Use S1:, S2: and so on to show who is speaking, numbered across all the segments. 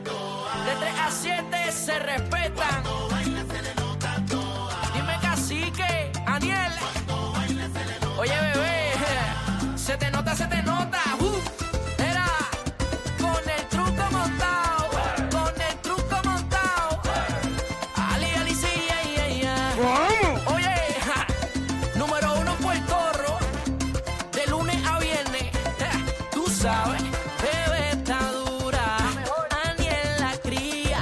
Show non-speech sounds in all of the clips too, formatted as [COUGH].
S1: De 3 a 7 se respetan. Dime cacique, Aniel. Oye, bebé, se te nota, se te nota. Uh, era con el truco montado, con el truco montado. Ali, ali, sí, ay, ay, ay. Oye, ja, número uno en Puerto Rico, de lunes a viernes, ja, tú sabes, bebé está dura, Aniel la cría,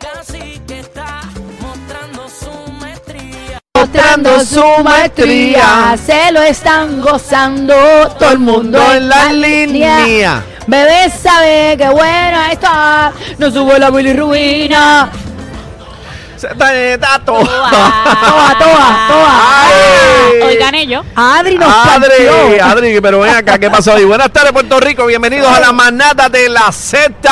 S1: casi que está mostrando su maestría.
S2: Mostrando su maestría, se lo están gozando todo el mundo en la línea. Bebé sabe que buena está, no sube la bilirrubina.
S3: Tato.
S2: Oh, Toa, toa, toa.
S4: Hoy gané yo.
S2: Adri nos
S3: Adri,
S2: partió.
S3: Adri, pero ven acá, ¿qué pasó hoy? Buenas tardes, Puerto Rico. Bienvenidos a la manada de la Z.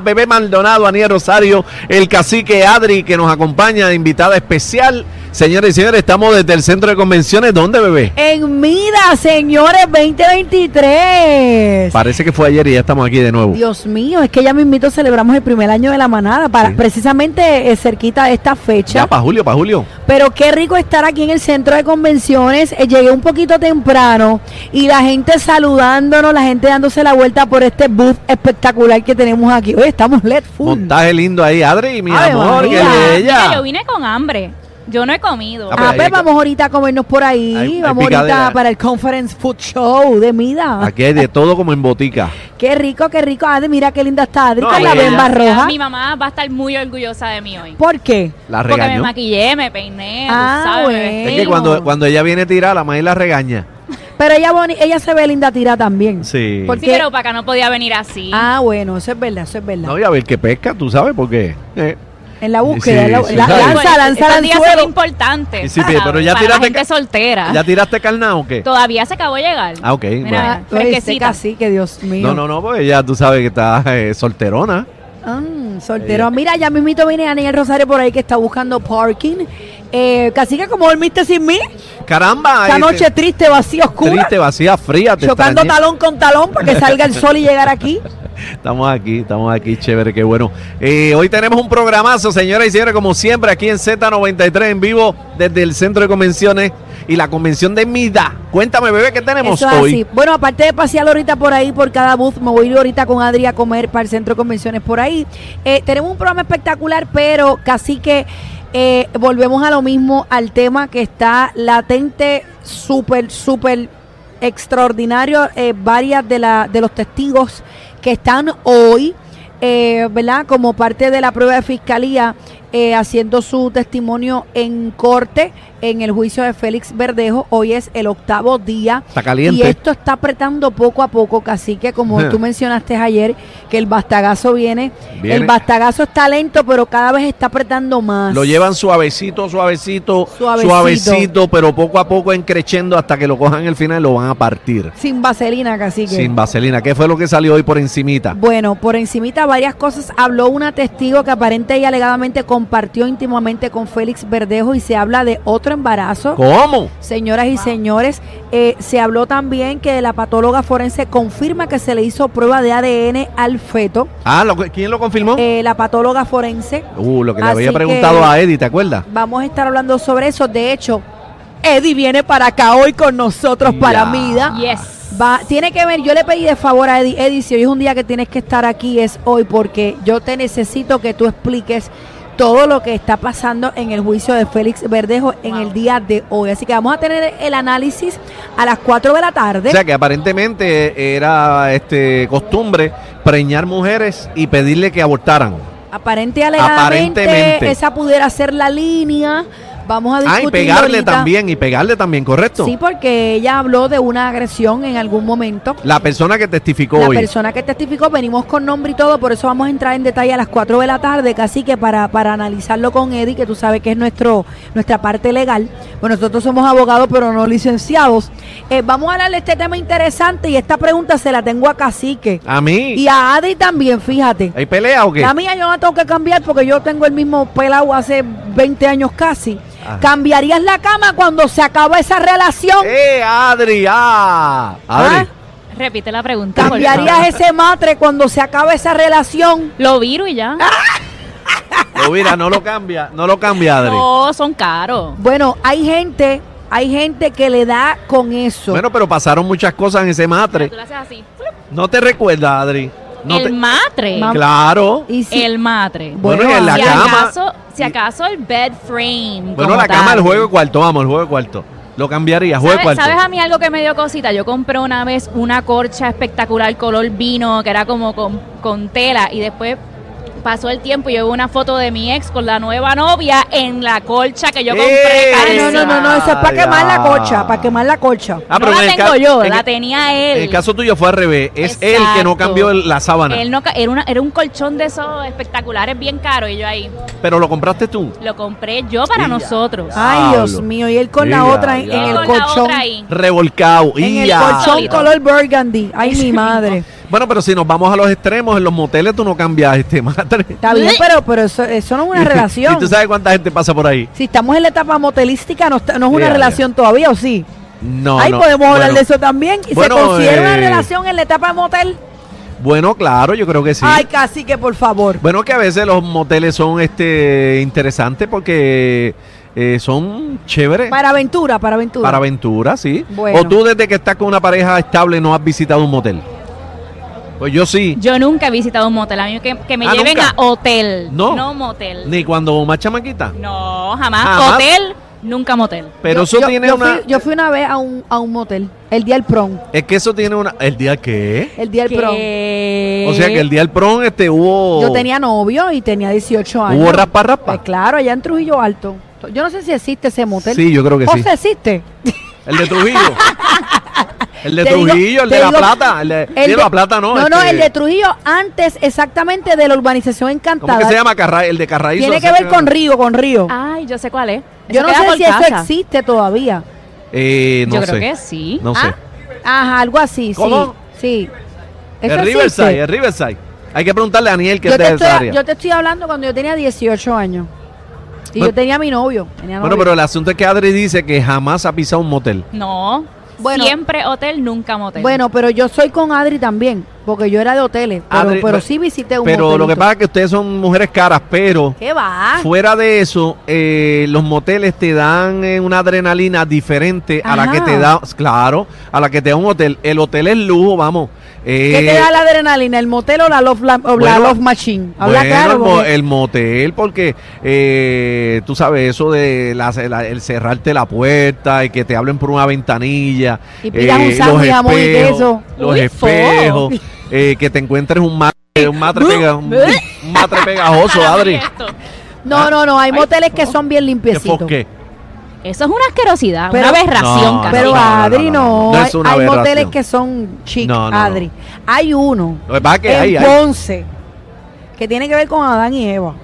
S3: Bebé Maldonado, Aniel Rosario, el cacique Adri, que nos acompaña de invitada especial. Señoras y señores, estamos desde el centro de convenciones. ¿Dónde, bebé?
S2: En Mida, señores, 2023.
S3: Parece que fue ayer y ya estamos aquí de nuevo.
S2: Dios mío, es que ya mismito celebramos el primer año de la manada, para, precisamente eh, cerquita de esta fecha.
S3: Ya, para Julio, para Julio.
S2: Pero qué rico estar aquí en el centro de convenciones. Eh, llegué un poquito temprano y la gente saludándonos, la gente dándose la vuelta por este booth espectacular que tenemos aquí. Hoy estamos LED full.
S3: Montaje lindo ahí, Adri, mi
S2: Ave
S3: amor, que
S2: María.
S4: Mira,
S3: bella.
S4: yo vine con hambre. Yo no he comido.
S3: Ah,
S2: Ah,
S3: Ahí
S2: pues
S3: hay-
S2: vamos ahorita a comernos por ahí.
S3: Hay- hay
S2: vamos ahorita
S3: picadera.
S2: para el Conference Food Show de Mida.
S3: Aquí hay de todo como en botica.
S2: Qué rico, qué rico. Adri, mira qué linda está Adri
S3: No,
S2: con Ah, la
S3: ella-
S2: bemba roja.
S4: Mi mamá va a estar muy orgullosa de mí hoy.
S2: ¿Por qué?
S3: La
S4: Porque me
S3: regañó.
S4: maquillé, me peiné, tú
S2: Ah,
S4: sabes, me
S2: bueno.
S4: vestí.
S3: Es que cuando, cuando ella viene tirada, la maíz la regaña.
S2: Pero ella, boni- ella se ve linda tira también.
S3: Sí.
S2: ¿Por
S4: Sí,
S2: qué?
S4: pero para acá no podía venir así.
S2: Ah, bueno, eso es verdad, eso es verdad.
S3: No, y a ver qué pesca, tú sabes por qué. Eh.
S2: en la búsqueda,
S3: Sí,
S2: la-
S3: sí,
S2: la-
S3: sí.
S2: lanza, lanza,
S4: Estos días son
S2: lanzuelo.
S4: importantes.
S3: Sí, sí, pero
S4: ¿sabes?
S3: ya
S4: para
S3: tiraste
S4: la gente
S3: ca-
S2: Ah.
S4: soltera.
S3: ¿Ya tiraste carnada o qué?
S4: Todavía se acabó de llegar.
S3: Ah, ok.
S4: Mira,
S2: Ah, oye, este
S4: fresquecita.
S2: cacique, Dios mío.
S3: bueno. No, no, no, porque ya tú sabes que está eh, solterona. Eh,
S2: Ah, soltero. Mira, ya mismito viene Daniel Rosario por ahí que está buscando parking. Eh, cacique, como dormiste sin mí?
S3: Caramba.
S2: Esta
S3: eh,
S2: noche
S3: te-
S2: triste, vacía, oscura.
S3: triste, vacía, fría. Te
S2: chocando
S3: extrañé.
S2: talón con talón para que salga el sol y llegar
S3: [LAUGHS]
S2: aquí.
S3: Estamos aquí, estamos aquí, chévere, qué bueno. Eh, hoy tenemos un programazo, señoras y señores, como siempre, aquí en Z93 en vivo desde el Centro de Convenciones y la Convención de Mida. Cuéntame, bebé, ¿qué tenemos
S2: Eso es
S3: hoy?
S2: así. Bueno, aparte de pasear ahorita por ahí, por cada booth, me voy a ir ahorita con Adri a comer para el centro de convenciones por ahí. Eh, tenemos un programa espectacular, pero casi que eh, volvemos a lo mismo, al tema que está latente, súper, súper extraordinario. eh, varias de, la, de los testigos que están hoy. eh, ¿Verdad? Como parte de la prueba de fiscalía, eh, haciendo su testimonio en corte en el juicio de Félix Verdejo. Hoy es el octavo día
S3: Está
S2: y
S3: caliente.
S2: esto está apretando poco a poco, Cacique, como
S3: Ajá.
S2: tú mencionaste ayer, que el bastagazo viene.
S3: Viene.
S2: El bastagazo está lento, pero cada vez está apretando más.
S3: Lo llevan suavecito, suavecito,
S2: Suavecito.
S3: suavecito, pero poco a poco encrechendo hasta que lo cojan el final y lo van a partir.
S2: Sin vaselina, Cacique.
S3: Sin vaselina. ¿Qué fue lo que salió hoy por encimita?
S2: Bueno, por encimita varias cosas. Habló una testigo que aparente y alegadamente compartió íntimamente con Félix Verdejo y se habla de otro embarazo.
S3: ¿Cómo?
S2: Señoras y señores, eh, se habló también que la patóloga forense confirma que se le hizo prueba de ADN al feto.
S3: Ah, lo que- ¿quién lo confirmó?
S2: Eh, la patóloga forense
S3: uh, lo que le
S2: así
S3: había
S2: que-
S3: preguntado a Eddie, ¿te acuerdas?
S2: Vamos a estar hablando sobre eso. De hecho, Eddie viene para acá hoy con nosotros para
S3: Ya.
S2: Mida.
S4: Yes.
S2: Va, tiene que ver, yo le pedí de favor a Eddie, Eddie, si hoy es un día que tienes que estar aquí, es hoy, porque yo te necesito que tú expliques todo lo que está pasando en el juicio de Félix Verdejo en
S4: Wow.
S2: el día de hoy. Así que vamos a tener el análisis a las 4 de la tarde.
S3: O sea que aparentemente era este costumbre preñar mujeres y pedirle que abortaran. Ah,
S2: Aparente y alegadamente,
S3: Aparentemente.
S2: esa pudiera ser la línea, Vamos a
S3: Ah,
S2: discutir.
S3: y pegarle
S2: ahorita.
S3: también, y pegarle también, ¿correcto?
S2: Sí, porque ella habló de una agresión en algún momento.
S3: La persona que testificó
S2: La
S3: hoy.
S2: persona que testificó, venimos con nombre y todo, por eso vamos a entrar en detalle a las 4 de la tarde, casi que para, para analizarlo con Eddie, que tú sabes que es nuestro nuestra parte legal. Bueno, nosotros somos abogados, pero no licenciados. Eh, vamos a hablar de este tema interesante y esta pregunta se la tengo a Cacique.
S3: A mí.
S2: Y a Adi también, fíjate.
S3: ¿Hay pelea o qué?
S2: La mía yo la tengo que cambiar porque yo tengo el mismo pelado hace 20 años casi.
S3: Ajá.
S2: ¿Cambiarías la cama cuando se acaba esa relación?
S3: ¡Eh, Adri! ¡Ah! Adri.
S4: Repite la pregunta. por
S2: ¿Cambiarías
S4: favor.
S2: ese matre cuando se acaba esa relación?
S4: Lo viro y ya.
S3: Lo Oh, mira, no lo cambia, no lo cambia, Adri.
S4: No, son caros.
S2: Bueno, hay gente, hay gente que le da con eso.
S3: Bueno, pero pasaron muchas cosas en ese matre.
S4: Tú lo haces así. ¡plup!
S3: ¿No te recuerdas, Adri? No
S4: el
S3: te-
S4: matre.
S2: Mam-
S3: Claro.
S2: y si-
S4: El matre.
S3: Bueno,
S2: bueno,
S3: y en la
S4: si
S3: cama.
S4: acaso, si acaso el bed frame.
S3: Bueno,
S4: como
S3: la cama,
S4: tal.
S3: el juego de cuarto, vamos, el juego de cuarto. Lo cambiaría, juego de
S4: ¿Sabes,
S3: cuarto.
S4: sabes a mí algo que me dio cosita? Yo compré una vez una corcha espectacular color vino que era como con, con tela y después pasó el tiempo y yo vi una foto de mi ex con la nueva novia en la corcha que yo compré.
S3: ¡Eh!
S2: Ay,
S4: carísima.
S2: Ah, no, no, no, no, eso es para
S3: Ya.
S2: quemar la cocha, para quemar la cocha.
S3: Ah, pero
S4: no
S3: en
S4: la
S3: el
S4: tengo
S3: ca-
S4: yo,
S3: en
S4: la
S3: el-
S4: tenía él.
S3: En el caso tuyo fue al revés. Es él que no
S4: Exacto.
S3: cambió el- la sábana.
S4: Él no ca- era, una- era un colchón de esos espectaculares bien caro y yo ahí
S3: Pero lo compraste tú.
S4: lo compré yo para
S3: Ya.
S4: nosotros.
S2: Ay,
S3: Diablo.
S2: Dios mío, y él con
S3: Ya,
S2: la otra en,
S3: ya.
S2: en
S4: Y
S2: el
S4: con la
S2: colchón.
S4: otra ahí.
S3: Revolcado.
S2: En el
S3: ¡Ya!
S2: colchón
S4: Solito.
S2: color burgundy. Ay, mi madre.
S3: Bueno, pero si nos vamos a los extremos, en los moteles tú no cambias este matre.
S2: Está
S4: [LAUGHS]
S2: bien, pero, pero eso, eso no es una relación.
S3: [LAUGHS] ¿Y tú sabes cuánta gente pasa por ahí?
S2: Si estamos en la etapa motelística, no, está- no es una
S3: Ya, ya.
S2: relación todavía, ¿o sí?
S3: No,
S2: Ahí
S3: no.
S2: podemos hablar
S3: Bueno,
S2: de eso también. ¿Y
S3: Bueno,
S2: se considera una
S3: eh,
S2: relación en la etapa motel?
S3: Bueno, claro, yo creo que sí.
S2: Ay, casi que por favor.
S3: Bueno, que a veces los moteles son este interesantes porque eh, son chéveres para,
S2: Para aventura, para aventura.
S3: aventuras, sí.
S2: Bueno.
S3: O tú desde que estás con una pareja estable no has visitado un motel. Pues yo sí.
S4: Yo nunca he visitado un motel. A mí que, que me
S3: Ah,
S4: lleven
S3: ¿nunca?
S4: a hotel.
S3: No.
S4: motel.
S3: Ni cuando más chamaquita.
S4: No, jamás.
S3: Jamás.
S4: Hotel, nunca motel.
S3: Pero
S2: Yo-
S3: eso
S2: yo-
S3: tiene
S2: yo
S3: una.
S2: Fui, yo fui una vez a un, a un motel, el día del prom.
S3: Es que eso tiene una. ¿El día qué?
S2: El día del prom.
S4: ¿Qué?
S3: O sea que el día del prom este hubo.
S2: Eh, Yo tenía novio y tenía 18 años.
S3: Hubo raspa, raspa.
S2: Pues claro, allá en Trujillo Alto. Yo no sé si existe ese motel.
S3: Sí, yo creo que
S2: ¿O
S3: sí.
S2: se existe?
S3: El
S2: [LAUGHS]
S3: de Trujillo. el de
S2: Te digo-
S3: Trujillo, el
S2: te
S3: de La
S2: digo-
S3: Plata. El de, sí, La Plata, ¿no?
S2: No, no,
S3: este-
S2: el de Trujillo antes exactamente de la urbanización encantada.
S3: ¿Cómo que se llama? Carra- el de Carraízo.
S2: Tiene que
S3: así
S2: ver con Río, con Río.
S4: Ay, yo sé cuál es.
S2: yo no
S4: Ah, Eso queda
S2: sé
S4: por
S2: si eso
S4: casa.
S2: existe todavía.
S3: Eh, no
S4: yo
S3: sé.
S4: creo que sí.
S3: No sé.
S2: Ah, Ajá, algo así,
S3: ¿Cómo?
S2: sí. Sí.
S3: El
S2: ¿Eso
S3: Riverside,
S2: existe?
S3: el Riverside. Hay que preguntarle a Daniel que
S2: yo,
S3: es
S2: te
S3: de esa
S2: estoy,
S3: área.
S2: yo te estoy hablando cuando yo tenía 18 años. Y
S3: Bueno.
S2: yo tenía mi novio. tenía
S3: Bueno,
S2: novio.
S3: pero el asunto es que Adri dice que jamás ha pisado un motel.
S4: No.
S2: Bueno.
S4: Siempre hotel, nunca motel.
S2: Bueno, pero yo soy con Adri también, porque yo era de hoteles, pero,
S3: Adri-
S2: pero sí visité un
S3: Pero lo que
S2: motelito.
S3: pasa es que ustedes son mujeres caras, pero
S2: ¿Qué Ah. va?
S3: fuera de eso, eh, los moteles te dan eh, una adrenalina diferente a la
S2: Ajá.
S3: que te da, claro, a la que te da un hotel. El hotel es lujo, vamos.
S2: ¿Qué te
S3: Eh,
S2: da la adrenalina, el motel o la love, la- o la
S3: Bueno,
S2: love machine? Habla
S3: bueno,
S2: claro.
S3: el, mo-
S2: porque-
S3: el motel, porque eh, tú sabes eso de la- la- el cerrarte la puerta y que te hablen por una ventanilla. eh,
S2: Y pidas un sándwich de jamón y queso.
S3: Los
S4: Uy, fo.
S3: espejos, eh, que te encuentres un matre, un matre, pega- un- un matre
S2: [LAUGHS]
S3: pegajoso,
S4: Para mí
S3: Adri.
S4: esto.
S2: no, no, no, hay moteles que son bien
S3: ¿Qué
S2: limpiecitos.
S3: fosqué?
S4: Eso es una asquerosidad,
S2: Pero-
S4: una aberración
S3: No,
S4: casi.
S2: Pero
S3: no, no,
S2: Adri no,
S3: no, no, no, no
S2: hay-
S3: es una
S2: hay,
S3: aberración.
S2: moteles que son chic,
S3: No, no, no.
S2: Adri. Hay uno
S3: Lo que pasa es que hay,
S2: en
S3: hay.
S2: Ponce que tiene que ver con Adán y Eva.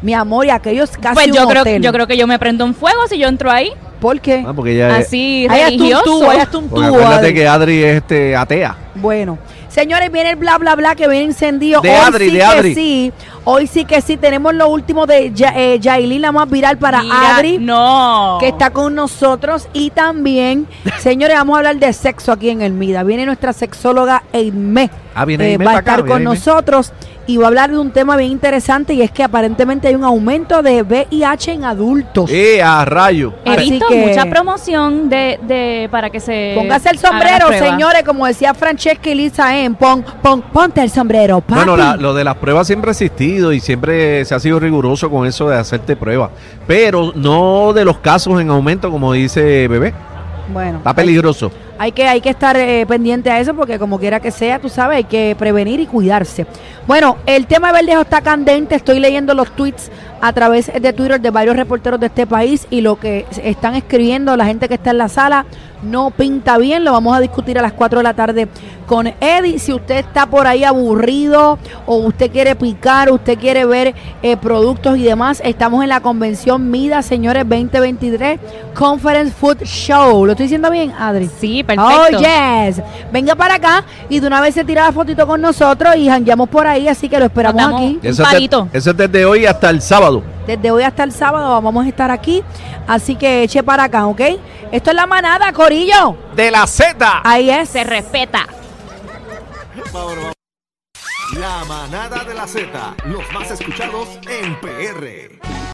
S2: Mi amor, y aquellos casi
S4: Pues yo
S2: un
S4: creo,
S2: hotel.
S4: yo creo que yo me prendo un fuego si yo entro ahí,
S2: ¿Por qué?
S3: Ah, porque ella es-
S4: así
S2: Ahí hasta un
S4: religioso.
S2: tubo, ahí hasta un
S3: porque
S2: tubo,
S3: acuérdate
S2: Adri.
S3: que Adri es este, atea.
S2: Bueno, señores, viene el bla bla bla que viene encendido.
S3: De
S2: hoy
S3: Adri,
S2: sí
S3: de
S2: que
S3: Adri.
S2: sí. Hoy sí que sí. Tenemos lo último de Ya- eh, Yailin, la más viral para
S4: Mira,
S2: Adri,
S4: no.
S2: que está con nosotros. Y también,
S3: [LAUGHS]
S2: señores, vamos a hablar de sexo aquí en el MIDA. Viene nuestra sexóloga Eime.
S3: Ah, viene Eime
S2: Eh, va a
S3: pa' acá,
S2: estar
S3: viene
S2: con
S3: Eime.
S2: nosotros y va a hablar de un tema bien interesante y es que aparentemente hay un aumento de VIH en adultos.
S3: Eh, a rayo.
S4: He
S2: Así
S4: visto
S2: que-
S4: mucha promoción de, de para que se
S2: Póngase el
S4: hagan las
S2: sombrero,
S4: pruebas.
S2: señores, como decía Francesca y Lisa M. Pon, pon, ponte el sombrero, papi.
S3: Bueno, la- lo de las pruebas siempre ha existido y siempre se ha sido riguroso con eso de hacerte pruebas, pero no de los casos en aumento, como dice Bebé.
S2: Bueno,
S3: Está peligroso.
S2: Hay que, hay que estar eh, pendiente a eso porque como quiera que sea, tú sabes, hay que prevenir y cuidarse. Bueno, el tema de verdejo está candente. Estoy leyendo los tweets a través de Twitter de varios reporteros de este país y lo que están escribiendo la gente que está en la sala no pinta bien. Lo vamos a discutir a las 4 de la tarde con Eddie. Si usted está por ahí aburrido o usted quiere picar, usted quiere ver eh, productos y demás, estamos en la convención MIDA, señores, 2023 Conference Food Show. ¿Lo estoy diciendo bien, Adri?
S4: Sí, perfecto.
S2: Oh, yes. Venga para acá y de una vez se tira la fotito con nosotros y jangueamos por ahí, así que lo esperamos
S4: Nos damos-
S2: aquí.
S4: Un
S3: Eso es, de-
S4: palito.
S3: eso es desde hoy hasta el sábado.
S2: Desde hoy hasta el sábado vamos a estar aquí, así que eche para acá, ¿ok? Esto es la manada, Corillo.
S3: De la Z.
S2: Ahí es.
S4: Se respeta.
S5: La manada de la Z, los más escuchados en PR.